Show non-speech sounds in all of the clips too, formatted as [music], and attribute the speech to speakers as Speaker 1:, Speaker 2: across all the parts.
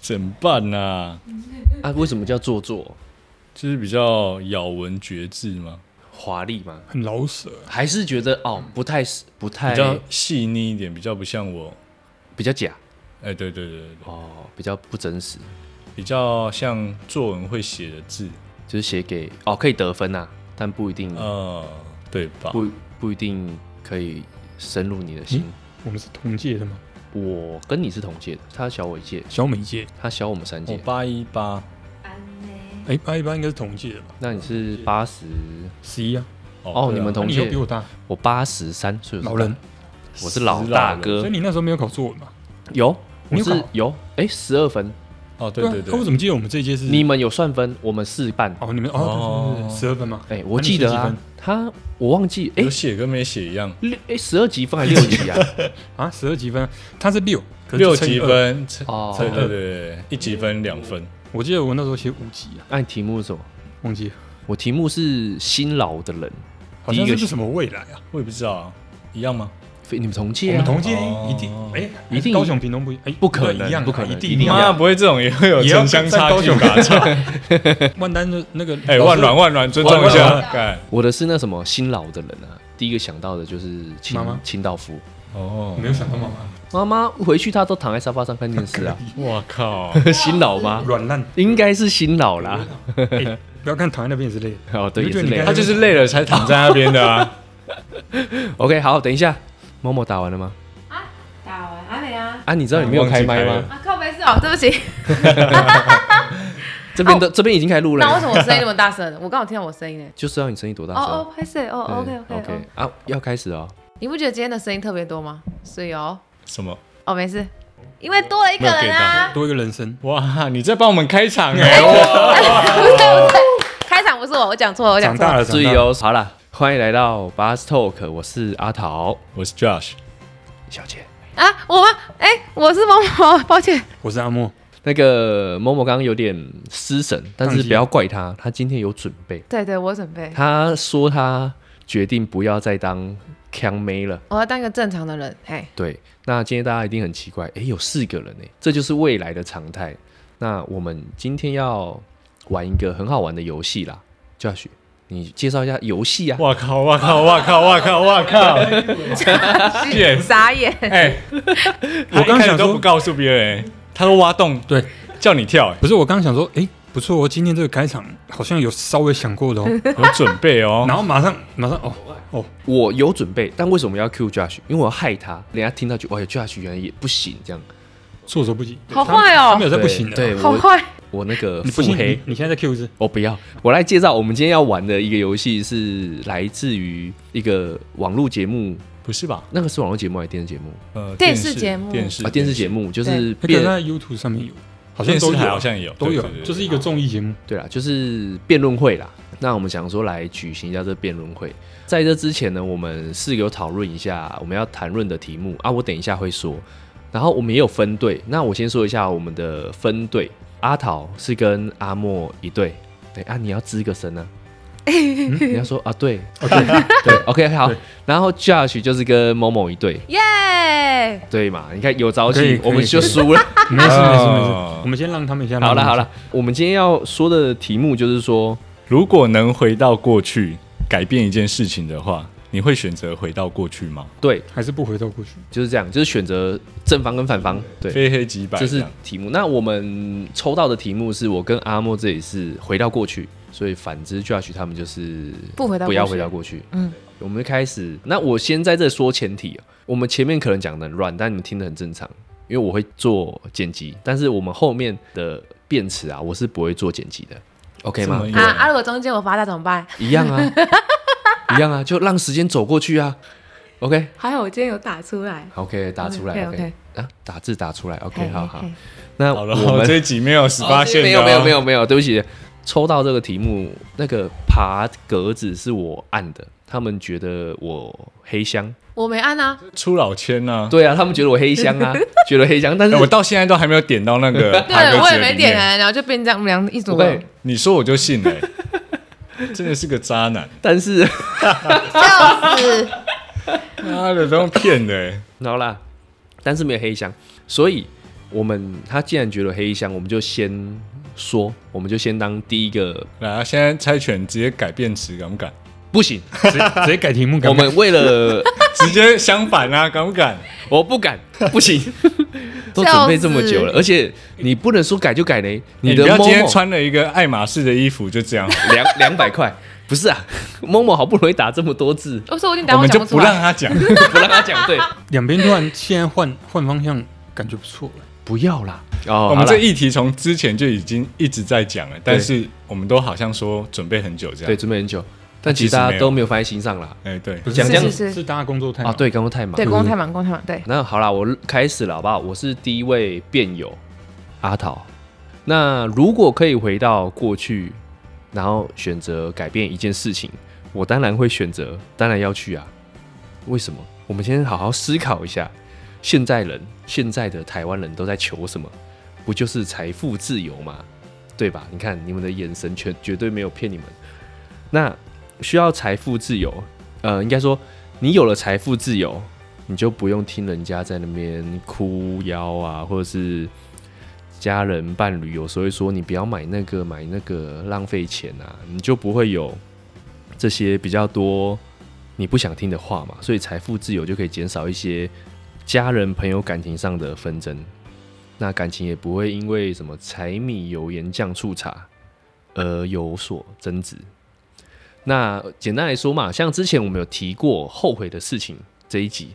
Speaker 1: 怎么办呢、啊？
Speaker 2: 啊，为什么叫做作？
Speaker 1: 就是比较咬文嚼字嘛，
Speaker 2: 华丽吗？
Speaker 3: 很老舍，
Speaker 2: 还是觉得哦，不太不太
Speaker 1: 比较细腻一点，比较不像我。
Speaker 2: 比较假
Speaker 1: 哎、对对对对对，
Speaker 2: 哦，比较不真实，
Speaker 1: 比较像作文会写的字，
Speaker 2: 就是写给哦可以得分呐、但不一定、
Speaker 1: 呃，对吧？
Speaker 2: 不不一定可以深入你的心。
Speaker 3: 我们是同届的吗？
Speaker 2: 我跟你是同届的，他小我一届，
Speaker 3: 小美届，
Speaker 2: 他小我们三
Speaker 1: 我
Speaker 3: 哦
Speaker 2: 届。
Speaker 1: 哦八一八
Speaker 4: 安呢？
Speaker 3: 哎，八一八应该是同届的吧？
Speaker 2: 那你是八十
Speaker 3: 十一啊，
Speaker 2: 哦，
Speaker 1: 对啊
Speaker 2: 你们
Speaker 3: 那
Speaker 2: 同
Speaker 3: 你又
Speaker 2: 届
Speaker 3: 比，我大，
Speaker 2: 我八十三岁，
Speaker 3: 老人，，
Speaker 2: 我是老大哥
Speaker 3: 所以。你那时候没有考作文嘛？
Speaker 2: 有，我
Speaker 3: 你有
Speaker 2: 是
Speaker 3: 考
Speaker 2: 有，哎，十二分，
Speaker 1: 哦，对对
Speaker 3: 啊那我
Speaker 1: 对，
Speaker 3: 怎么记得我们这一届是
Speaker 2: 你们有算分，我们四半。
Speaker 3: 哦，你们
Speaker 1: 哦
Speaker 3: 哦，十二分吗？
Speaker 2: 哎，我记得
Speaker 3: 那
Speaker 2: 啊
Speaker 3: 你是，
Speaker 2: 他我忘记，哎
Speaker 1: 有，写跟没写一样，
Speaker 2: 六哎十二级分还是六
Speaker 3: [laughs]
Speaker 2: 级啊？
Speaker 3: 啊，十二几分，他是六，可是
Speaker 1: 六
Speaker 3: 乘以
Speaker 1: 级
Speaker 3: 二。
Speaker 1: 分，乘
Speaker 2: 哦
Speaker 1: 乘对对对，一级分两分，
Speaker 3: 我记得我那时候写五级啊，
Speaker 2: 按题目是什么？
Speaker 3: 忘记了，
Speaker 2: 我题目是新老的人，
Speaker 3: 好
Speaker 2: 第一
Speaker 3: 像
Speaker 2: 个
Speaker 3: 是不是什么未来啊？
Speaker 1: 我也不知道啊，一样吗？
Speaker 2: 非你们同
Speaker 3: 我
Speaker 2: 届
Speaker 3: 们
Speaker 2: 啊？
Speaker 3: 同届
Speaker 1: 哦
Speaker 3: 一定哎，
Speaker 2: 一定
Speaker 3: 高雄屏东不一哎
Speaker 2: 不可能
Speaker 3: 对一样啊
Speaker 2: 不可能
Speaker 3: 一定
Speaker 2: 一
Speaker 3: 一
Speaker 2: 定
Speaker 3: 定
Speaker 1: 妈
Speaker 3: 要
Speaker 1: 不会这种也会有
Speaker 3: 也要
Speaker 1: 城乡
Speaker 3: 在
Speaker 1: 差
Speaker 3: 高
Speaker 1: 距
Speaker 3: 雄
Speaker 1: 吧？操！
Speaker 3: 万丹的那个
Speaker 1: [laughs] 哎，
Speaker 3: 老
Speaker 1: 万
Speaker 3: 师
Speaker 1: 软万软，尊重一
Speaker 3: 万
Speaker 1: 下，哎
Speaker 4: 软
Speaker 1: 干
Speaker 2: 我的是那什么新老的人啊，第一个想到的就是清
Speaker 3: 妈妈
Speaker 2: 清道夫。
Speaker 1: 哦
Speaker 3: 我，没有想到妈
Speaker 2: 妈
Speaker 3: 妈
Speaker 2: 妈回去她都躺在沙发上看电
Speaker 3: [laughs]
Speaker 2: 视啊，
Speaker 1: 我靠，
Speaker 3: 啊
Speaker 2: 新老吗？
Speaker 3: 软烂，
Speaker 2: 应该是新老
Speaker 3: [laughs]
Speaker 2: 啦。
Speaker 3: 哎不要看躺在那边也是累。
Speaker 2: 哦，对，也
Speaker 3: 你
Speaker 2: 是
Speaker 3: 不觉得你
Speaker 2: 累
Speaker 3: 该
Speaker 1: 他就是累了才躺在那边的啊，
Speaker 2: OK，好，等一下，某某打完了吗？
Speaker 4: 啊，打完阿美啊？
Speaker 2: 啊，你知道你没有开麦
Speaker 1: 忘记
Speaker 2: 吗？
Speaker 4: 啊，靠背是哦，对不起。
Speaker 2: 这边的这边已经开录
Speaker 4: 那为
Speaker 2: 了
Speaker 4: 什，么我声音那么大声？我刚好听到我声音呢。
Speaker 2: 就是让你声音 [laughs] 多大
Speaker 4: 哦
Speaker 2: 声。
Speaker 4: 哦，拍摄哦，OK
Speaker 2: 对
Speaker 4: OK OK。
Speaker 2: 啊，要开始哦。
Speaker 4: 你不觉得今天的声音特别多吗？所以哦，
Speaker 1: 什么？
Speaker 4: 哦没事，因为多了一个人啊。
Speaker 3: 多一个人生，
Speaker 1: 哇，你在帮我们开场哎、哇
Speaker 4: 不对不对，开场不是我，我讲错了，我
Speaker 3: 长
Speaker 4: 讲错
Speaker 3: 大
Speaker 4: 了。
Speaker 3: 了，
Speaker 2: 注
Speaker 3: 长
Speaker 2: 意
Speaker 3: 大了。
Speaker 2: 哦，好了，欢迎来到 Bus Talk，我是阿桃
Speaker 1: 我是 Josh，
Speaker 2: 小姐。
Speaker 4: 啊，我吗？哎，我是某某，抱歉。
Speaker 3: 我是阿莫，
Speaker 2: 那个某某刚刚有点失神，但是
Speaker 3: 宕机
Speaker 2: 不要怪他，他今天有准备。
Speaker 4: 对对，我有准备，
Speaker 2: 他说他决定不要再当腔妹了。
Speaker 4: 我要当一个正常的人。嘿，
Speaker 2: 对，那今天大家一定很奇怪，诶，有四个人呢，这就是未来的常态。那我们今天要玩一个很好玩的游戏啦，Josh，你介绍一下游戏啊？
Speaker 1: 哇靠，哇靠，哇靠，哇靠，哇靠！贱
Speaker 4: 傻眼。
Speaker 1: 哎、
Speaker 3: 我
Speaker 1: 他
Speaker 3: 刚
Speaker 1: 一开始
Speaker 3: 想
Speaker 1: 都
Speaker 3: 说
Speaker 1: 不告诉别人、哎他都挖洞，
Speaker 3: 对，
Speaker 1: 叫你跳、哎
Speaker 3: 不是我刚想说，哎，不错哦，今天这个开场好像有稍微想过的哦，
Speaker 4: [laughs]
Speaker 1: 有准备哦。
Speaker 3: [laughs] 然后马上马上哦哦，
Speaker 2: 我有准备，但为什么要 Q Josh？因为我要害他，人家听到就哇，Josh 原来也不行这样，
Speaker 3: 措手不及，
Speaker 4: 好坏哦
Speaker 3: 他没有在不行的，
Speaker 2: 对，
Speaker 4: 好
Speaker 2: 我
Speaker 4: 坏，
Speaker 2: 我那个
Speaker 3: 你不
Speaker 2: 腹
Speaker 3: 信
Speaker 2: 黑
Speaker 3: 你，你现在在 Q 是
Speaker 2: 我不要，我来介绍我们今天要玩的一个游戏，是来自于一个网络节目，
Speaker 1: 不是吧？
Speaker 2: 那个是网络节目还是电视节目
Speaker 1: 呃，
Speaker 4: 电视节目
Speaker 1: 电视
Speaker 2: 啊？电视节目就是
Speaker 3: 那个
Speaker 2: 辩
Speaker 3: 在 YouTube 上面有，好像
Speaker 1: 电视
Speaker 3: 都有
Speaker 1: 台
Speaker 3: 啊，
Speaker 1: 好像也有，
Speaker 3: 都有
Speaker 1: 对对，对
Speaker 3: 就是一个综艺节目。
Speaker 2: 对啦，啊就是辩论会啦。那我们想说来举行一下这辩论会，在这之前呢，我们是有讨论一下我们要谈论的题目啊，我等一下会说。然后我们也有分队，那我先说一下我们的分队，阿桃是跟阿莫一队。对啊，你要吱个声啊，你要说啊，对， [laughs] 对，OK，好。
Speaker 3: [laughs]
Speaker 2: 然后 Josh 就是跟某某一队，
Speaker 4: 耶！
Speaker 2: 对嘛？你看有朝
Speaker 3: 可
Speaker 2: 气，
Speaker 3: 以可以嗯
Speaker 2: 我们就
Speaker 3: [laughs]
Speaker 2: 输了。
Speaker 4: 啊
Speaker 3: 没事没事没事
Speaker 1: 哦，
Speaker 3: 我们先让他们一下。
Speaker 2: 好了好
Speaker 3: 了，
Speaker 2: 了，我们今天要说的题目就是说，
Speaker 1: 如果能回到过去改变一件事情的话，你会选择回到过去吗？
Speaker 2: 对，
Speaker 3: 还是不回到过去。
Speaker 2: 就是这样，就是选择正方跟反方，对，
Speaker 1: 非黑即白
Speaker 2: 这
Speaker 1: 样，
Speaker 2: 是题目。那我们抽到的题目是我跟阿莫这里是回到过去，所以反之 Josh 他们就是
Speaker 4: 不回到过去
Speaker 2: 不要回到过去。
Speaker 4: 嗯，
Speaker 2: 我们就开始。那我先在这说前提啊，我们前面可能讲的很乱，但你们听得很正常，因为我会做剪辑，但是我们后面的辩词啊，我是不会做剪辑的，OK 吗
Speaker 1: 这么？
Speaker 4: 啊
Speaker 1: 有
Speaker 4: 啊！如果中间我发大怎么办？
Speaker 2: 一样啊，一样啊，就让时间走过去啊，OK。
Speaker 4: 还好我今天有打出来。
Speaker 2: OK，打出来
Speaker 4: OK，OK
Speaker 2: OK 啊，打字打出来 OK，
Speaker 4: 嘿
Speaker 2: 好
Speaker 4: 嘿
Speaker 2: 好
Speaker 4: 嘿。
Speaker 2: 那
Speaker 1: 好
Speaker 2: 我
Speaker 1: 了，我
Speaker 2: 们哦
Speaker 1: 这一集没有十八线的、啊
Speaker 2: 没有没有没有，没有，对不起，抽到这个题目，那个爬格子是我按的，他们觉得我黑箱，
Speaker 4: 我没按啊，
Speaker 1: 出老千啊！
Speaker 2: 对啊，他们觉得我黑箱啊，觉得黑箱，但是
Speaker 1: 哎我到现在都还没有点到那个爬格子
Speaker 4: 对我也
Speaker 1: 的
Speaker 4: 没
Speaker 1: 里
Speaker 4: 点
Speaker 1: 面
Speaker 4: 燃，然后就变这样，我们俩一组
Speaker 2: 我。跟你
Speaker 1: 你说我就信了、欸 [laughs] 真的是个渣男，
Speaker 2: 但是
Speaker 4: 笑死！ [laughs]
Speaker 1: 妈的都用骗的、欸。
Speaker 2: 好啦，但是没有黑箱，所以我们他既然觉得黑箱，我们就先说，我们就先当第一个
Speaker 1: 来啊，现在猜拳直接改变质，敢不敢？
Speaker 2: 不行，
Speaker 3: 直直接改题目，
Speaker 2: 我们为了
Speaker 1: 直接相反啊，敢不敢？
Speaker 2: 我不敢，不行， [laughs] 都准备这么久了，而且你不能说改就改嘞，
Speaker 1: 哎欸你
Speaker 2: 的
Speaker 1: 不要
Speaker 2: 某
Speaker 1: 今天
Speaker 2: 某
Speaker 1: 穿了一个爱马仕的衣服就这
Speaker 4: [laughs]
Speaker 1: 样，
Speaker 2: 两两百块，不是啊， [laughs] 某某好不容易打这么多字，
Speaker 4: 我说我已经打
Speaker 1: 我
Speaker 4: 我
Speaker 1: 们
Speaker 4: 讲
Speaker 1: 就
Speaker 4: 出
Speaker 1: 不让
Speaker 4: 来，
Speaker 1: 他讲。
Speaker 2: 不让他讲对，
Speaker 3: 两边突然现在换换方向，感觉不错。
Speaker 2: 不要啦， [laughs] 哦，
Speaker 1: 我们
Speaker 2: 好
Speaker 1: 这
Speaker 2: 啦
Speaker 1: 议题从之前就已经一直在讲了，但是我们都好像说准备很久这
Speaker 2: 对
Speaker 1: 样。
Speaker 2: 准备很久，但
Speaker 1: 啊其
Speaker 2: 其实
Speaker 1: 实
Speaker 2: 大
Speaker 1: 没
Speaker 2: 家
Speaker 1: 有
Speaker 2: 都没有放在心上啦。
Speaker 1: 哎，对，
Speaker 3: 不
Speaker 2: 讲
Speaker 4: 是
Speaker 2: 讲
Speaker 4: 是是
Speaker 3: 是大家工作太
Speaker 2: 啊，
Speaker 3: 忙，
Speaker 2: 对，刚刚太忙，
Speaker 4: 对，工太忙，工太忙，对，
Speaker 2: 那好啦，我开始了，好不好？我是第一位辩友阿桃。那如果可以回到过去，然后选择改变一件事情，我当然会选择，当然要去啊。为什么？我们先好好思考一下，现在人，现在的台湾人都在求什么？不就是财富自由吗？对吧？你看你们的眼神全绝对没有骗你们。那需要财富自由，呃，应该说你有了财富自由，你就不用听人家在那边哭腰啊，或者是家人伴侣有时候会说你不要买那个买那个浪费钱啊，你就不会有这些比较多你不想听的话嘛，所以财富自由就可以减少一些家人朋友感情上的纷争，那感情也不会因为什么柴米油盐酱醋茶而有所争执。那简单来说嘛，像之前我们有提过后悔的事情这一集，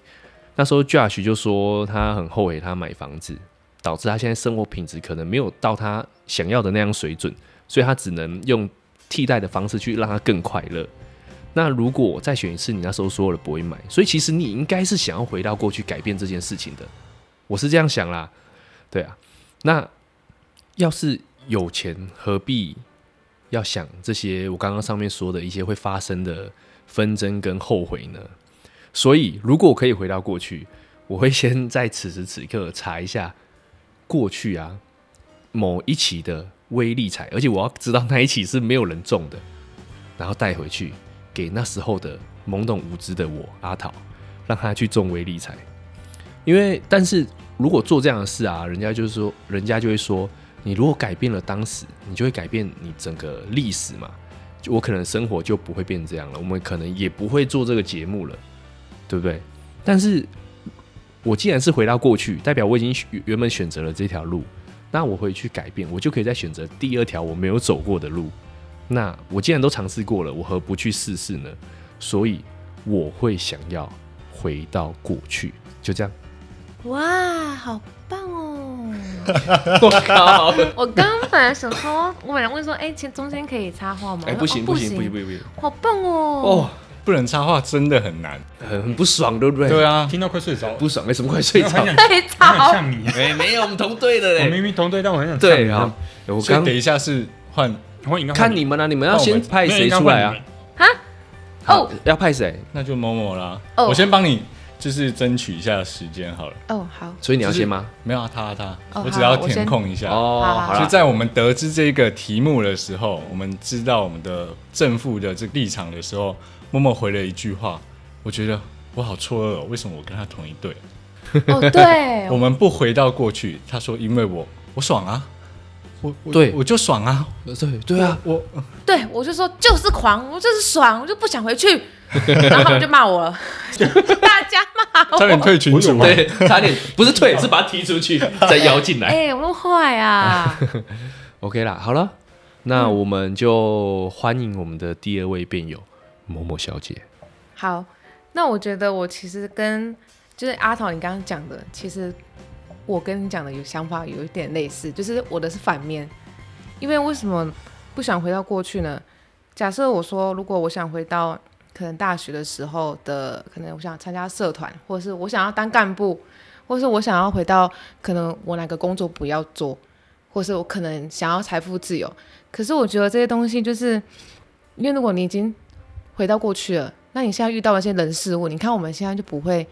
Speaker 2: 那时候 Josh 就说他很后悔他买房子，导致他现在生活品质可能没有到他想要的那样水准，所以他只能用替代的方式去让他更快乐。那如果我再选一次，你那时候说了不会买，所以其实你应该是想要回到过去改变这件事情的，我是这样想啦，对啊。那要是有钱，何必要想这些我刚刚上面说的一些会发生的纷争跟后悔呢？所以，如果我可以回到过去，我会先在此时此刻查一下过去啊某一期的微利彩，而且我要知道那一期是没有人中的，然后带回去给那时候的懵懂无知的我阿桃，让他去中微利彩。因为，但是如果做这样的事啊，人家就是说，人家就会说，你如果改变了当时，你就会改变你整个历史嘛。就我可能生活就不会变这样了，我们可能也不会做这个节目了。对不对？但是我既然是回到过去，代表我已经选原本选择了这条路，那我会去改变，我就可以再选择第二条我没有走过的路。那我既然都尝试过了，我何不去试试呢？所以我会想要回到过去，就这样。
Speaker 4: 哇，好棒哦！
Speaker 2: 我靠！
Speaker 4: [laughs] 我刚本来想说，我本来问说，哎，前中间可以插话吗？
Speaker 2: [laughs] 哎，
Speaker 4: 我
Speaker 2: 不
Speaker 4: 说
Speaker 2: 行
Speaker 4: 哦
Speaker 2: 不
Speaker 4: 不
Speaker 2: 行不行不行不行！
Speaker 4: 好棒
Speaker 2: 哦
Speaker 4: [laughs] 哦！，
Speaker 1: 不能插话真的很难。
Speaker 2: 很很不爽，对不对？
Speaker 1: 对，啊，
Speaker 3: 听到快睡着了，
Speaker 2: 不爽，哎，什么快睡
Speaker 3: 我
Speaker 2: [laughs]
Speaker 3: 很
Speaker 2: 着
Speaker 3: 想？
Speaker 4: [laughs] 太
Speaker 3: 我很想
Speaker 4: 吵，
Speaker 3: 像你，
Speaker 2: 没哎没有，我们同队的
Speaker 3: 我
Speaker 2: 嘞。
Speaker 3: 明明同队，但我很想像
Speaker 2: 对
Speaker 3: 你
Speaker 2: 啊，，我
Speaker 1: 所以
Speaker 2: 刚
Speaker 1: 等一下是换
Speaker 3: 我应该
Speaker 2: 看你们啊，你们要先派谁出来啊？？
Speaker 4: 哦
Speaker 2: 好，要派谁？
Speaker 1: 那就某某啦。
Speaker 4: 哦
Speaker 1: 我先帮你，就是争取一下时间好了。
Speaker 4: 哦，好，
Speaker 2: 所以你要先吗？
Speaker 1: 没有啊，他啊他，
Speaker 4: 哦
Speaker 1: 我只要
Speaker 4: 好我先
Speaker 1: 填空一下。
Speaker 2: 哦，
Speaker 4: 好好
Speaker 2: 好
Speaker 1: 所以
Speaker 2: 啦，
Speaker 1: 在我们得知这个题目的时候，我们知道我们的正负的这个立场的时候，默默回了一句话，我觉得我好错愕哦，为什么我跟他同一队？
Speaker 4: 哦，对，
Speaker 1: 我们不回到过去，他说因为我我爽啊，我我
Speaker 2: 对
Speaker 1: 我就爽啊，
Speaker 2: 对对啊，
Speaker 1: 我
Speaker 4: 对，我就说就是狂，我就是爽，我就不想回去。然后他们就骂我了， [laughs] 大家骂
Speaker 1: 差点
Speaker 4: 我。
Speaker 1: 退群组，啊
Speaker 2: 对，差点不是退，是把他踢出去，再邀进来。
Speaker 4: 哎、我那么坏啊！
Speaker 2: OK 啦，好了，那我们就欢迎我们的第二位辩友某某小姐。
Speaker 4: 好，那我觉得我其实跟就是阿桃你刚刚讲的，其实我跟你讲的有想法有一点类似，就是我的是反面。因为为什么不想回到过去呢？假设我说，如果我想回到可能大学的时候的，可能我想参加社团，或者是我想要当干部，或是我想要回到可能我哪个工作不要做，或是我可能想要财富自由。可是我觉得这些东西就是，因为如果你已经回到过去了，那你现在遇到了一些人事物，你看我们现在就不会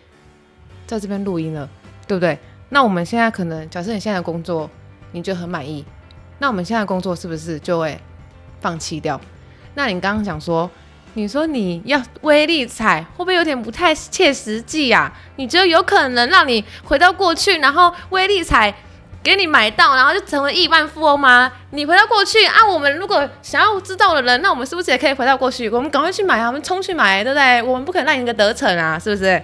Speaker 4: 在这边录音了，对不对？那我们现在可能，假设你现在的工作你觉得很满意，那我们现在的工作是不是就会放弃掉？那你刚刚讲说，你说你要威力彩，会不会有点不太切实际呀、你觉得有可能让你回到过去，然后威力彩给你买到，然后就成为亿万富翁吗？你回到过去啊，我们如果想要知道的人，那我们是不是也可以回到过去？我们赶快去买啊，我们冲去买，对不对？我们不可能让你一个得逞啊，是不是？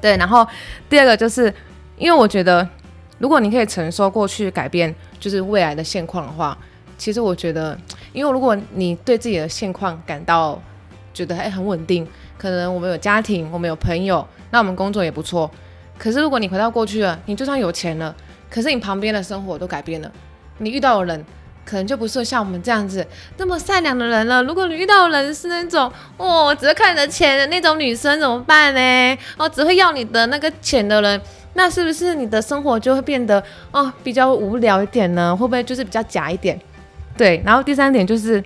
Speaker 4: 对，然后第二个就是，因为我觉得，如果你可以承受过去改变，就是未来的现况的话，其实我觉得，嗯因为如果你对自己的现况感到觉得哎、很稳定，可能我们有家庭，我们有朋友，那我们工作也不错。可是如果你回到过去了，你就算有钱了，可是你旁边的生活都改变了，你遇到的人可能就不是像我们这样子那么善良的人了。如果你遇到的人是那种哦，我只会看你的钱的那种女生怎么办呢？哦，只会要你的那个钱的人，那是不是你的生活就会变得哦比较无聊一点呢？会不会就是比较假一点？对，然后第三点就是，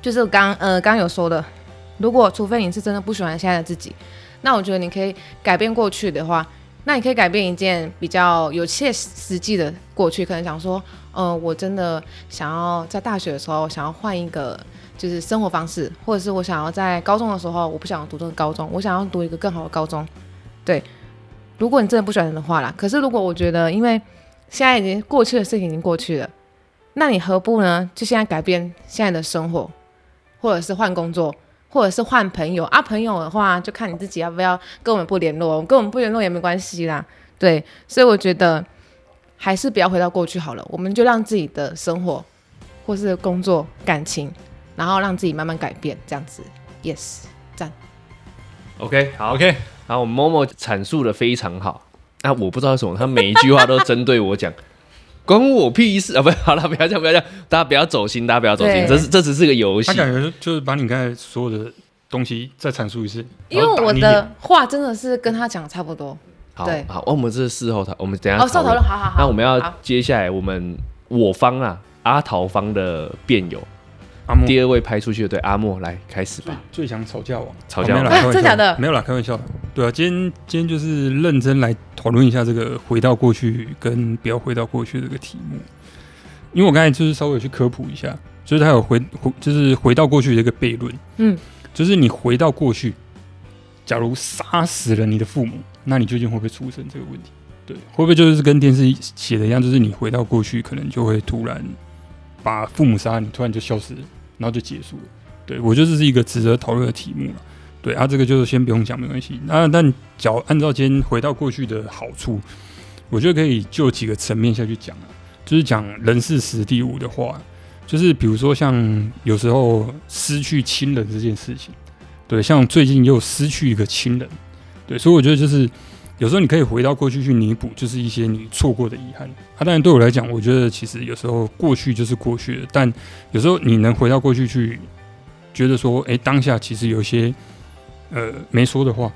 Speaker 4: 就是我刚呃刚有说的，如果除非你是真的不喜欢现在的自己，那我觉得你可以改变过去的话，那你可以改变一件比较有切实际的过去，可能想说，嗯、我真的想要在大学的时候想要换一个就是生活方式，或者是我想要在高中的时候我不想读这个高中，我想要读一个更好的高中。对，如果你真的不喜欢的话啦，可是如果我觉得，因为现在已经过去的事情已经过去了，那你何不呢？就现在改变现在的生活，或者是换工作，或者是换朋友啊，朋友的话就看你自己要不要跟我们不联络，跟我们不联络也没关系啦。对，所以我觉得还是不要回到过去好了，我们就让自己的生活或是工作、感情，然后让自己慢慢改变，这样子。Yes，
Speaker 2: OK，
Speaker 1: 好，OK，
Speaker 2: 然后 Momo 阐述的非常好。啊，我不知道为什么，他每一句话都针对我讲， [laughs] 关我屁事啊！不，好了，不要这样，不要这样，大家不要走心，大家不要走心，
Speaker 4: 对
Speaker 2: 这是这只是个游戏
Speaker 3: 他。感觉就是把你刚才所有的东西再阐述一次，
Speaker 4: 因为
Speaker 3: 然后打
Speaker 4: 我
Speaker 3: 你脸
Speaker 4: 的话真的是跟他讲的差不多。
Speaker 2: 好
Speaker 4: 对
Speaker 2: 好，哦我们这是事后讨，我们等一下
Speaker 4: 哦，受讨论，好好好。
Speaker 2: 那我们要
Speaker 4: 好
Speaker 2: 接下来我们我方啊阿桃方的辩友，
Speaker 3: 阿莫
Speaker 2: 第二位拍出去的对阿莫来开始
Speaker 3: 最
Speaker 2: 吧，
Speaker 3: 最强吵架王，
Speaker 2: 吵架王
Speaker 3: 哦没有啦
Speaker 4: 啊
Speaker 3: 开玩笑
Speaker 4: 真假的
Speaker 3: 没有啦，开玩笑的。对啊，今天今天就是认真来讨论一下这个回到过去跟不要回到过去这个题目，因为我刚才就是稍微有去科普一下，就是他有回回就是回到过去的一个悖论，
Speaker 4: 嗯，
Speaker 3: 就是你回到过去，假如杀死了你的父母，那你究竟会不会出生这个问题？对，会不会就是跟电视写的一样，就是你回到过去，可能就会突然把父母杀了，你突然就消失了，然后就结束了。对我觉得这是一个值得讨论的题目了。对啊，这个就先不用讲，没关系。那但只要按照今天回到过去的好处，我觉得可以就几个层面下去讲啊，就是讲人事实地物的话，就是比如说像有时候失去亲人这件事情，对，像最近又失去一个亲人，对，所以我觉得就是有时候你可以回到过去去弥补，就是一些你错过的遗憾。啊，当然对我来讲，我觉得其实有时候过去就是过去了，但有时候你能回到过去去，觉得说，诶，当下其实有一些呃没说的话，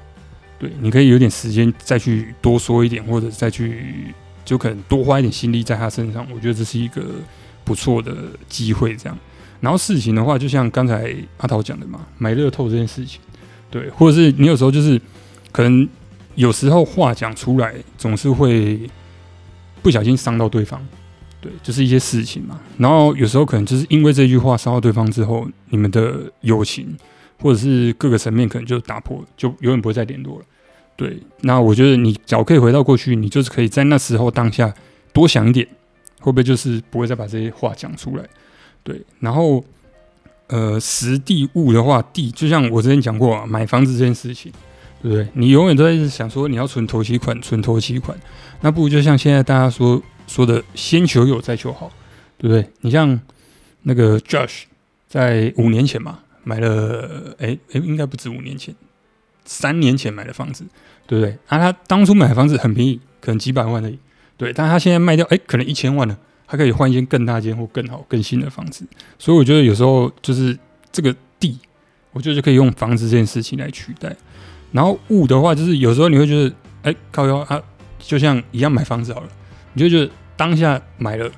Speaker 3: 对，你可以有点时间再去多说一点，或者再去就可能多花一点心力在他身上，我觉得这是一个不错的机会，这样。然后事情的话，就像刚才阿桃讲的嘛，买乐透这件事情，对，或者是你有时候就是可能有时候话讲出来，总是会不小心伤到对方，对，就是一些事情嘛。然后有时候可能就是因为这句话伤到对方之后，你们的友情或者是各个层面可能就打破了，就永远不会再联络了。对，那我觉得你只要可以回到过去，你就是可以在那时候当下多想一点，会不会就是不会再把这些话讲出来？对，然后呃，实地物的话，地就像我之前讲过啊，买房子这件事情，对不对？你永远都在想说你要存头期款，存头期款，那不如就像现在大家说说的，先求有再求好，对不对？你像那个 Josh，在五年前嘛，买了，哎哎，应该不止五年前，三年前买的房子，对不对？啊，他当初买的房子很便宜，可能几百万而已，对，但他现在卖掉，哎，可能一千万了，他可以换一间更大间或更好、更新的房子。所以我觉得有时候就是这个地，我觉得就可以用房子这件事情来取代。然后物的话，就是有时候你会觉得，哎，靠腰啊，就像一样买房子好了，你就觉得当下买了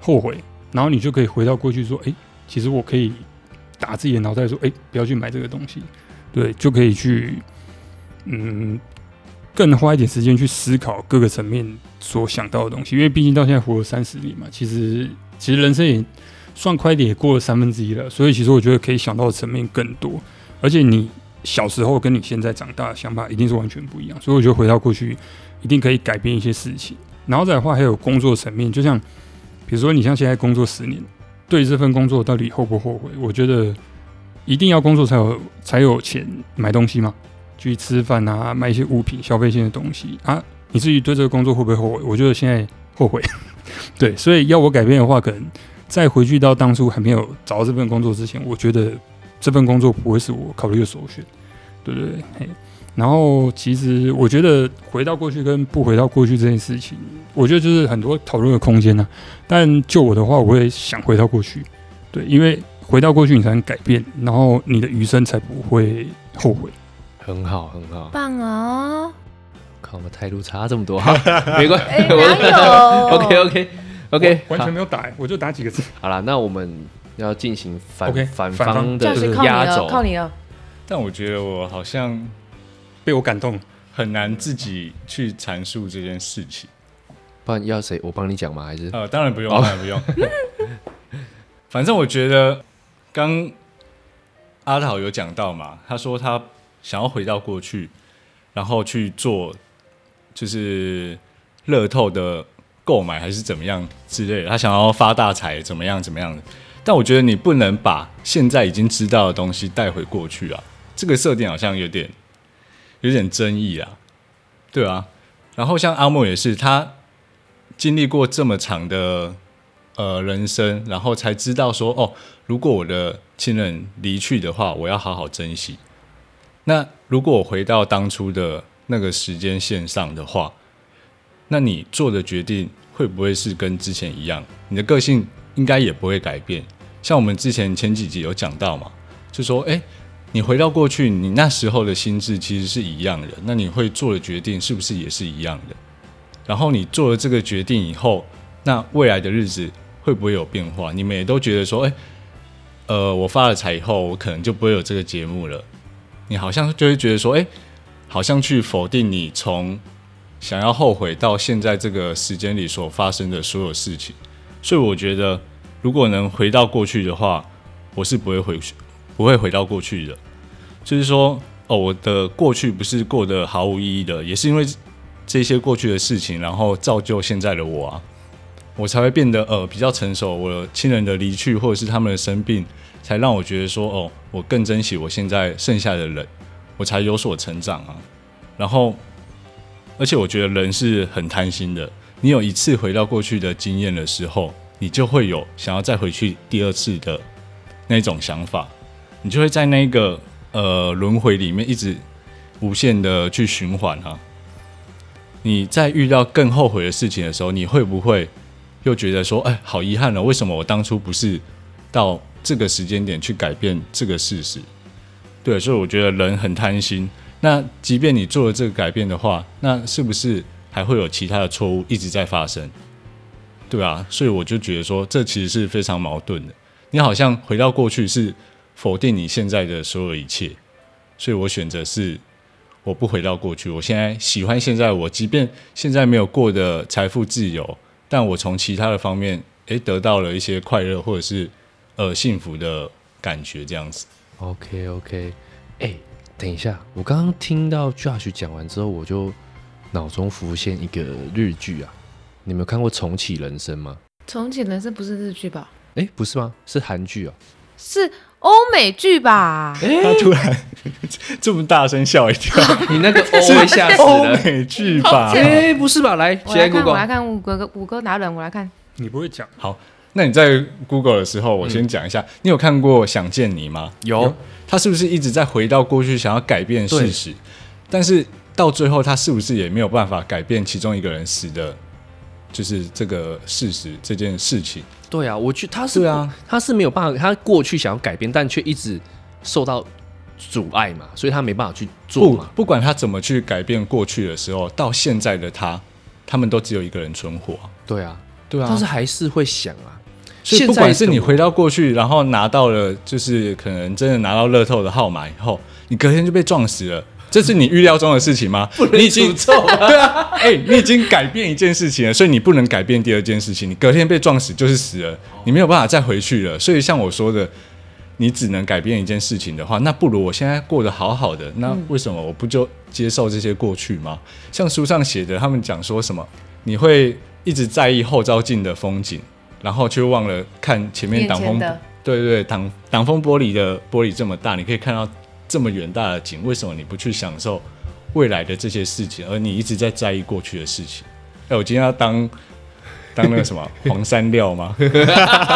Speaker 3: 后悔，然后你就可以回到过去说，哎，其实我可以打自己的脑袋说，哎，不要去买这个东西，对，就可以去，嗯，更花一点时间去思考各个层面所想到的东西，因为毕竟到现在活了三十年嘛，其实其实人生也算快一点，也过了三分之一了，所以其实我觉得可以想到的层面更多。而且你小时候跟你现在长大的想法一定是完全不一样，所以我觉得回到过去一定可以改变一些事情。然后再的话，还有工作层面，就像比如说你像现在工作十年，对于这份工作到底后不后悔？我觉得一定要工作才有才有钱买东西嘛，去吃饭啊，买一些物品、消费性的东西啊。你自己对这个工作会不会后悔？我觉得现在后悔。 [laughs] 对，所以要我改变的话，可能再回去到当初还没有找到这份工作之前，我觉得这份工作不会是我考虑的首选，对对对。嘿然后其实我觉得回到过去跟不回到过去这件事情，我觉得就是很多讨论的空间呢、啊但就我的话，我会想回到过去，对，因为回到过去你才能改变，然后你的余生才不会后悔。
Speaker 2: 很好很好。
Speaker 4: 棒哦！ [laughs]
Speaker 2: 看我们态度差这么多，好 [laughs] 没关
Speaker 4: 哎，
Speaker 2: 系。 [laughs]
Speaker 4: [laughs] 哪有
Speaker 2: OK OK OK，
Speaker 3: 完全没有打、我就打几个字。
Speaker 2: 好了，那我们要进行反
Speaker 3: OK，
Speaker 2: 反
Speaker 3: 反方
Speaker 2: 方
Speaker 4: 这样
Speaker 2: 的
Speaker 4: 子靠你
Speaker 2: 压
Speaker 4: 了，
Speaker 2: 轴，
Speaker 4: 靠你了。
Speaker 1: 但我觉得我好像
Speaker 3: 被我感动，
Speaker 1: 很难自己去阐述这件事情。
Speaker 2: 不然要谁我帮你讲吗？还是
Speaker 1: 呃，当然不用，
Speaker 2: 哦
Speaker 1: 当然不用。 [laughs] 反正我觉得刚阿桃有讲到嘛，他说他想要回到过去，然后去做就是乐透的购买还是怎么样之类的，他想要发大财怎么样怎么样的。但我觉得你不能把现在已经知道的东西带回过去啊，这个设定好像有点有点争议啊，对啊。然后像阿莫也是，他经历过这么长的呃人生，然后才知道说，哦，如果我的亲人离去的话，我要好好珍惜。那如果我回到当初的那个时间线上的话，那你做的决定会不会是跟之前一样？你的个性应该也不会改变。像我们之前前几集有讲到嘛，就说，哎，你回到过去，你那时候的心智其实是一样的，那你会做的决定是不是也是一样的？然后你做了这个决定以后，那未来的日子会不会有变化？你们也都觉得说，哎，呃，我发了财以后，我可能就不会有这个节目了。你好像就会觉得说，哎，好像去否定你从想要后悔到现在这个时间里所发生的所有事情。所以我觉得，如果能回到过去的话，我是不会回去，不会回到过去的。就是说，哦，我的过去不是过得毫无意义的，也是因为这些过去的事情，然后造就现在的我啊，我才会变得呃比较成熟。我亲人的离去或者是他们的生病，才让我觉得说哦，我更珍惜我现在剩下的人，我才有所成长啊。然后，而且我觉得人是很贪心的，你有一次回到过去的经验的时候，你就会有想要再回去第二次的那种想法，你就会在那个呃轮回里面一直无限的去循环啊。你在遇到更后悔的事情的时候，你会不会又觉得说，哎，好遗憾了，为什么我当初不是到这个时间点去改变这个事实？对，所以我觉得人很贪心。那即便你做了这个改变的话，那是不是还会有其他的错误一直在发生？对啊，所以我就觉得说，这其实是非常矛盾的。你好像回到过去是否定你现在的所有一切，所以我选择是我不回到过去，我现在喜欢现在我，即便现在没有过的财富自由，但我从其他的方面，诶，得到了一些快乐或者是呃幸福的感觉，这样子。
Speaker 2: OK OK，哎、等一下，我刚刚听到 Josh 讲完之后，我就脑中浮现一个日剧啊，你们有看过《重启人生》吗？
Speaker 4: 重启人生不是日剧吧？
Speaker 2: 哎、不是吗？ [laughs] 是韩剧啊。
Speaker 4: 是欧美剧吧？
Speaker 1: 他突然 [laughs] 这么大声笑一跳，
Speaker 2: 你那个 O 会哦吓死
Speaker 1: 欧
Speaker 2: 人。
Speaker 1: 美剧吧？
Speaker 2: 哎、不是吧？来，
Speaker 4: 我来
Speaker 2: 写在
Speaker 4: 看，我
Speaker 2: Google。
Speaker 4: 来看五个五个达人，我来看。
Speaker 3: 你不会讲，
Speaker 1: 好， [laughs] 那你在 Google 的时候，我先讲一下，你有看过《想见你》吗？
Speaker 2: 有，
Speaker 1: 他是不是一直在回到过去，想要改变事实？但是到最后，他是不是也没有办法改变其中一个人死的，就是这个事实这件事情？
Speaker 2: 对啊，我去，他是
Speaker 1: 对啊，
Speaker 2: 他是没有办法，他过去想要改变，但却一直受到阻碍嘛，所以他没办法去做
Speaker 1: 不
Speaker 2: 嘛。，
Speaker 1: 不管他怎么去改变过去的时候，到现在的他，他们都只有一个人存活啊、
Speaker 2: 对啊，
Speaker 1: 对啊
Speaker 2: 但是还是会想啊。
Speaker 1: 所以不
Speaker 2: 现在
Speaker 1: 管是
Speaker 2: 的
Speaker 1: 你
Speaker 2: 我
Speaker 1: 回到过去，然后拿到了就是可能真的拿到乐透的号码以后，你隔天就被撞死了，这是你预料中的事情
Speaker 2: [laughs]
Speaker 1: 吗？你已经
Speaker 2: 诅咒
Speaker 1: [laughs] 对啊，哎、你已经改变一件事情了，所以你不能改变第二件事情。你隔天被撞死就是死了，你没有办法再回去了。所以像我说的，你只能改变一件事情的话，那不如我现在过得好好的，那
Speaker 2: 嗯
Speaker 1: 为什么我不就接受这些过去吗？像书上写的，他们讲说什么，你会一直在意后照镜的风景，然后却忘了看前面
Speaker 4: 面
Speaker 1: 挡风
Speaker 4: 前的
Speaker 1: 对对对，挡挡风玻璃的玻璃这么大，你可以看到这么远大的景，为什么你不去享受未来的这些事情，而你一直在在意过去的事情？哎，我今天要当当那个什么黄山料吗？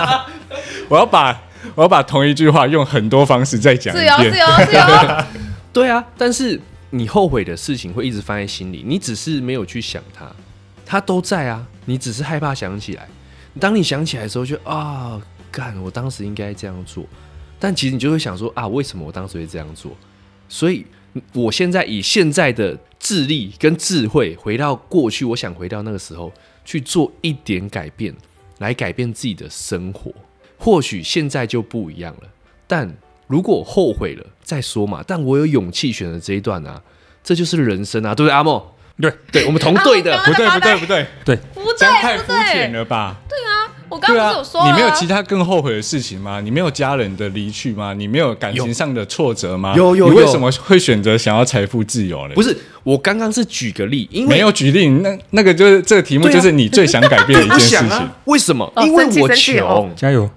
Speaker 1: [laughs] 我要把我要把同一句话用很多方式再讲
Speaker 4: 自由
Speaker 1: 一
Speaker 4: 自
Speaker 1: 遍。
Speaker 4: 由自由，
Speaker 2: 对啊，但是你后悔的事情会一直放在心里，你只是没有去想它，它都在啊，你只是害怕想起来。当你想起来的时候就，啊，干，我当时应该这样做，但其实你就会想说啊，为什么我当时会这样做？所以我现在以现在的智力跟智慧，回到过去，我想回到那个时候去做一点改变，来改变自己的生活。或许现在就不一样了，但如果后悔了再说嘛。但我有勇气选择这一段啊，这就是人生啊，对不对，阿莫？
Speaker 3: 对，
Speaker 2: 对我们同队的
Speaker 4: 阿，
Speaker 1: 不
Speaker 4: 莫
Speaker 1: 对不对不对，
Speaker 4: 不
Speaker 1: 这样太
Speaker 4: 对
Speaker 1: 肤
Speaker 4: 不
Speaker 1: 浅
Speaker 4: 对，
Speaker 1: 了吧？
Speaker 4: 我刚刚不是有说
Speaker 1: 啊你
Speaker 4: 了，啊
Speaker 1: 没有其他更后悔的事情吗？你没有家人的离去吗？你没有感情上的挫折吗？
Speaker 2: 有有有
Speaker 1: 你为什么会选择想要财富自由呢？
Speaker 2: 不
Speaker 1: 是
Speaker 2: 是我刚刚是举个例，因为
Speaker 1: 没有举例，那那个就是这个题目
Speaker 2: 对啊
Speaker 1: 就是你最想改变的一
Speaker 2: 我
Speaker 1: 件
Speaker 2: [laughs]
Speaker 1: 事
Speaker 2: 想
Speaker 1: 情。
Speaker 2: 啊，为什么？
Speaker 4: 哦
Speaker 2: 因为
Speaker 4: 生气
Speaker 2: 我
Speaker 4: 生气
Speaker 2: 穷
Speaker 4: 哦，
Speaker 3: 加油！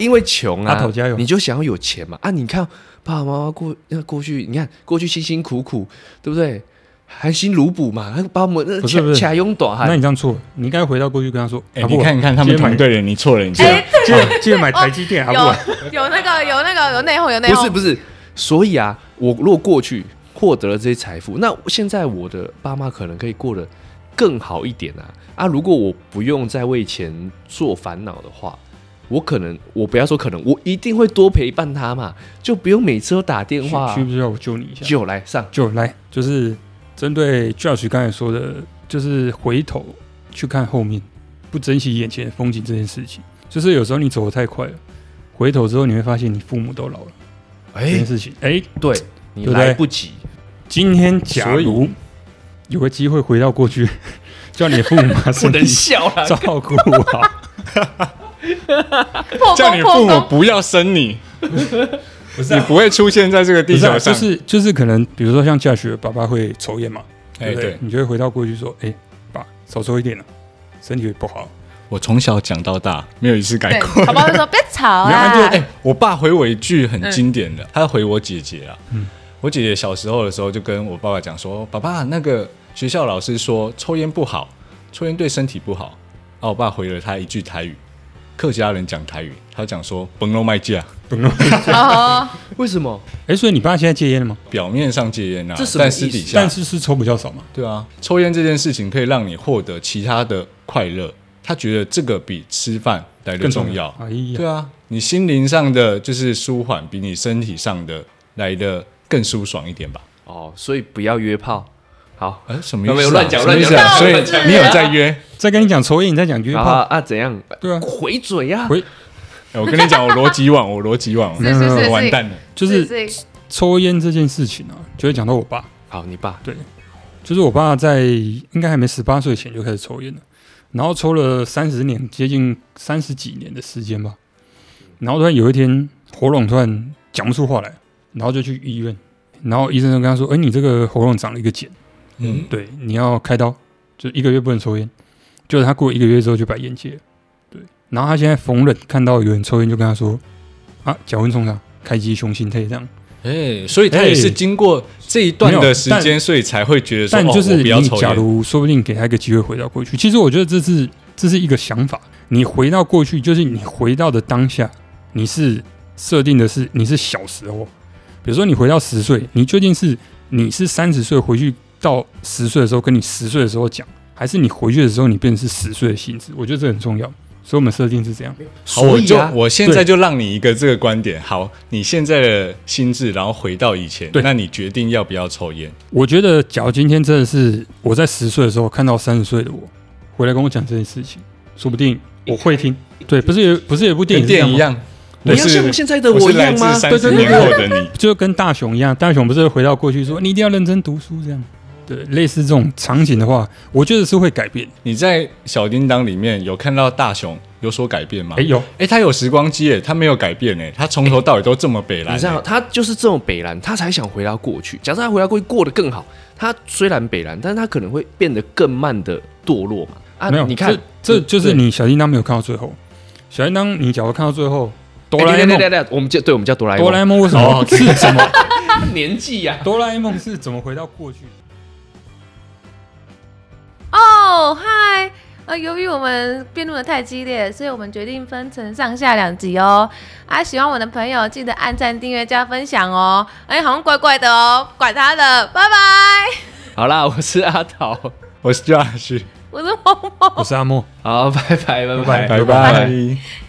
Speaker 2: 因为穷啊，
Speaker 3: 阿头加油
Speaker 2: 你就想要有钱嘛啊！你看爸爸妈妈过那过去，你看过去辛辛苦苦，对不对？含辛茹苦嘛，还把我们那
Speaker 3: 不是不
Speaker 2: 卡
Speaker 3: 是
Speaker 2: 卡用短
Speaker 3: 那
Speaker 2: 汉
Speaker 3: 你，这样错，你应该回到过去跟他说：“
Speaker 1: 哎、
Speaker 3: 阿布
Speaker 1: 你
Speaker 3: 啊，
Speaker 1: 看你看他们
Speaker 3: 今天
Speaker 1: 团
Speaker 3: 买 [laughs]
Speaker 1: 队人，你错了，你错了。
Speaker 4: 哎，
Speaker 3: 记得记得买台积
Speaker 1: [laughs]
Speaker 3: 电，阿布啊。
Speaker 4: 有有那个有那个有内讧有内
Speaker 2: 不是
Speaker 4: 讧，
Speaker 2: 不是。所以啊，我如果过去获得了这些财富，那现在我的爸妈可能可以过得更好一点啊啊！如果我不用再为钱做烦恼的话。我可能，我不要说可能，我一定会多陪伴他嘛，就不用每次都打电话、
Speaker 3: 需
Speaker 2: 啊
Speaker 3: 不。需要我救你一下？
Speaker 2: 就来上，
Speaker 3: 就来，就是针对 Josh 刚才说的，就是回头去看后面，不珍惜眼前的风景这件事情，就是有时候你走得太快了，回头之后你会发现你父母都老了
Speaker 2: 哎
Speaker 3: 这件事情。哎、
Speaker 2: 对你
Speaker 3: 对不
Speaker 2: 来
Speaker 3: 对
Speaker 2: 不及，
Speaker 3: 今天假如有个机会回到过去，叫你的父母把身体
Speaker 2: 笑了。
Speaker 3: 照顾好，
Speaker 4: 破
Speaker 1: 叫你
Speaker 4: 功
Speaker 1: 父
Speaker 4: 破
Speaker 1: 母
Speaker 4: 功，
Speaker 1: 不要生
Speaker 2: [laughs]
Speaker 1: 你，
Speaker 2: 啊
Speaker 1: 你不会出现在这个
Speaker 3: 不
Speaker 1: 地
Speaker 3: 是、
Speaker 1: 球
Speaker 3: 啊，就
Speaker 1: 上。
Speaker 3: 是就是可能，比如说像 Josh 的爸爸会抽烟嘛，
Speaker 1: 哎、
Speaker 3: 对不对？
Speaker 1: 对
Speaker 3: 你就会回到过去说，哎、爸，少抽一点了、身体会不好。
Speaker 1: 我从小讲到大，没有一次改
Speaker 4: 对
Speaker 1: 过。，
Speaker 4: 好不好？就说别
Speaker 1: [laughs]
Speaker 4: 吵
Speaker 1: 然后就
Speaker 4: 啊
Speaker 1: 哎、，我爸回我一句很经典
Speaker 2: 嗯
Speaker 1: 的，他回我姐姐啊。我姐姐小时候的时候就跟我爸爸讲说：“爸爸，那个学校老师说抽烟不好，抽烟对身体不好。”啊，我爸回了他一句台语，客家人讲台语，他讲说“甭弄卖价
Speaker 4: 哦，
Speaker 2: 为什么？
Speaker 3: 哎、所以你爸现在戒烟了吗？”，
Speaker 1: 表面上戒烟啊
Speaker 2: 这，什么
Speaker 1: 但私底
Speaker 2: 意思
Speaker 1: 下
Speaker 3: 但是是抽比较少嘛。
Speaker 1: 对啊，抽烟这件事情可以让你获得其他的快乐，他觉得这个比吃饭来的
Speaker 3: 更
Speaker 1: 重
Speaker 3: 重
Speaker 1: 要
Speaker 3: 要。哎呀
Speaker 1: 对啊，你心灵上的就是舒缓，比你身体上的来的更舒爽一点吧？
Speaker 2: 哦，所以不要约炮。好，
Speaker 1: 哎，什么意思、啊？
Speaker 2: 没有乱讲
Speaker 1: 什么意思啊所
Speaker 4: 乱讲
Speaker 1: 以你有在约？
Speaker 3: 再跟你讲抽烟，你再讲约
Speaker 2: 然
Speaker 3: 炮，
Speaker 2: 后啊怎样？
Speaker 3: 对啊，
Speaker 2: 回嘴呀、
Speaker 3: 回
Speaker 1: 哎我跟你讲，我逻辑网，我逻辑网，嗯
Speaker 4: 是是是
Speaker 1: 完
Speaker 4: 是，
Speaker 1: 蛋了。
Speaker 3: 就是抽烟这件事情啊，就会讲到我爸，
Speaker 2: 好，你爸
Speaker 3: 就是我爸在应该还没十八岁前就开始抽烟了，然后抽了三十年，接近三十几年的时间吧，然后突然有一天喉咙突然讲不出话来，然后就去医院，然后医生就跟他说：“哎、你这个喉咙长了一个茧，
Speaker 1: 嗯，
Speaker 3: 对，你要开刀，就一个月不能抽烟。就是他过一个月之后就把烟戒了，对。然后他现在逢人看到有人抽烟，就跟他说：“啊，脚温冲上，开机雄心退这样。
Speaker 1: 哎、所以他也是
Speaker 3: 哎
Speaker 1: 经过这一段
Speaker 3: 没
Speaker 1: 的
Speaker 3: 有
Speaker 1: 时
Speaker 3: 但
Speaker 1: 间，所以才会觉得”说，
Speaker 3: 但
Speaker 1: 哦，
Speaker 3: 就
Speaker 1: 我
Speaker 3: 是
Speaker 1: 不要
Speaker 3: 你
Speaker 1: 抽
Speaker 3: 假
Speaker 1: 烟。
Speaker 3: 如说不定给他一个机会回到过去，其实我觉得这是这是一个想法。你回到过去，就是你回到的当下，你是设定的是你是小时候，比如说你回到十岁，你究竟是你是三十岁回去到十岁的时候，跟你十岁的时候讲，还是你回去的时候你变成是十岁的性质？我觉得这很重要，所以我们设定是这样。
Speaker 1: 好，
Speaker 2: 所
Speaker 1: 我
Speaker 2: 以
Speaker 1: 就
Speaker 2: 啊
Speaker 1: 我现在就让你一个这个观点。好，你现在的心智，然后回到以前，
Speaker 3: 对
Speaker 1: 那你决定要不要抽烟？
Speaker 3: 我觉得，假如今天真的是我在十岁的时候看到三十岁的我，回来跟我讲这件事情，说不定我会听。对，不是有不是有一部电
Speaker 1: 跟
Speaker 3: 影
Speaker 1: 电影
Speaker 3: 一
Speaker 1: 一样，
Speaker 2: 你
Speaker 1: 我
Speaker 2: 要像
Speaker 1: 是
Speaker 2: 现在的
Speaker 1: 我
Speaker 2: 我
Speaker 1: 是
Speaker 2: 一
Speaker 1: 来
Speaker 2: 样
Speaker 1: 自
Speaker 2: 吗？
Speaker 1: 三十年后的你。
Speaker 3: 就跟大雄一样，大雄不是回到过去说你一定要认真读书这样，对，类似这种场景的话，我觉得是会改变。
Speaker 1: 你在小叮当里面有看到大雄有所改变吗？
Speaker 3: 哎、有
Speaker 1: 哎、他有时光机耶，他没有改变哎，他从头到尾都这么北蓝
Speaker 2: 你
Speaker 1: 耶。
Speaker 2: 知道，他就是这种北蓝，他才想回到过去。假设他回到过去过得更好，他虽然北蓝，但是他可能会变得更慢的堕落嘛。啊，
Speaker 3: 没有？
Speaker 2: 你看，
Speaker 3: 这这就是
Speaker 2: 对
Speaker 3: 你小叮当没有看到最后。小叮当，你假如看到最后，哆
Speaker 2: 哎
Speaker 3: 啦
Speaker 2: 对对
Speaker 3: A 梦，
Speaker 2: 对对对我们叫对，我们叫哆啦 A
Speaker 3: 哆
Speaker 2: 梦。
Speaker 3: 啦 A 梦为什么
Speaker 2: 哦
Speaker 3: 是怎么？
Speaker 2: 他年纪呀、
Speaker 3: 哆啦 A 梦是怎么回到过去的？
Speaker 4: 哦，嗨，呃，由于我们辩论的太激烈，所以我们决定分成上下两集哦。啊，喜欢我的朋友记得按赞、订阅、加分享哦。哎，好像怪怪的哦，管他的，拜拜。
Speaker 2: 好啦，我是阿桃，
Speaker 1: 我是 Josh，
Speaker 3: 哦
Speaker 4: 我是萌萌。
Speaker 3: 我是阿莫。
Speaker 2: 好，拜拜拜
Speaker 1: 拜
Speaker 3: 拜
Speaker 1: 拜。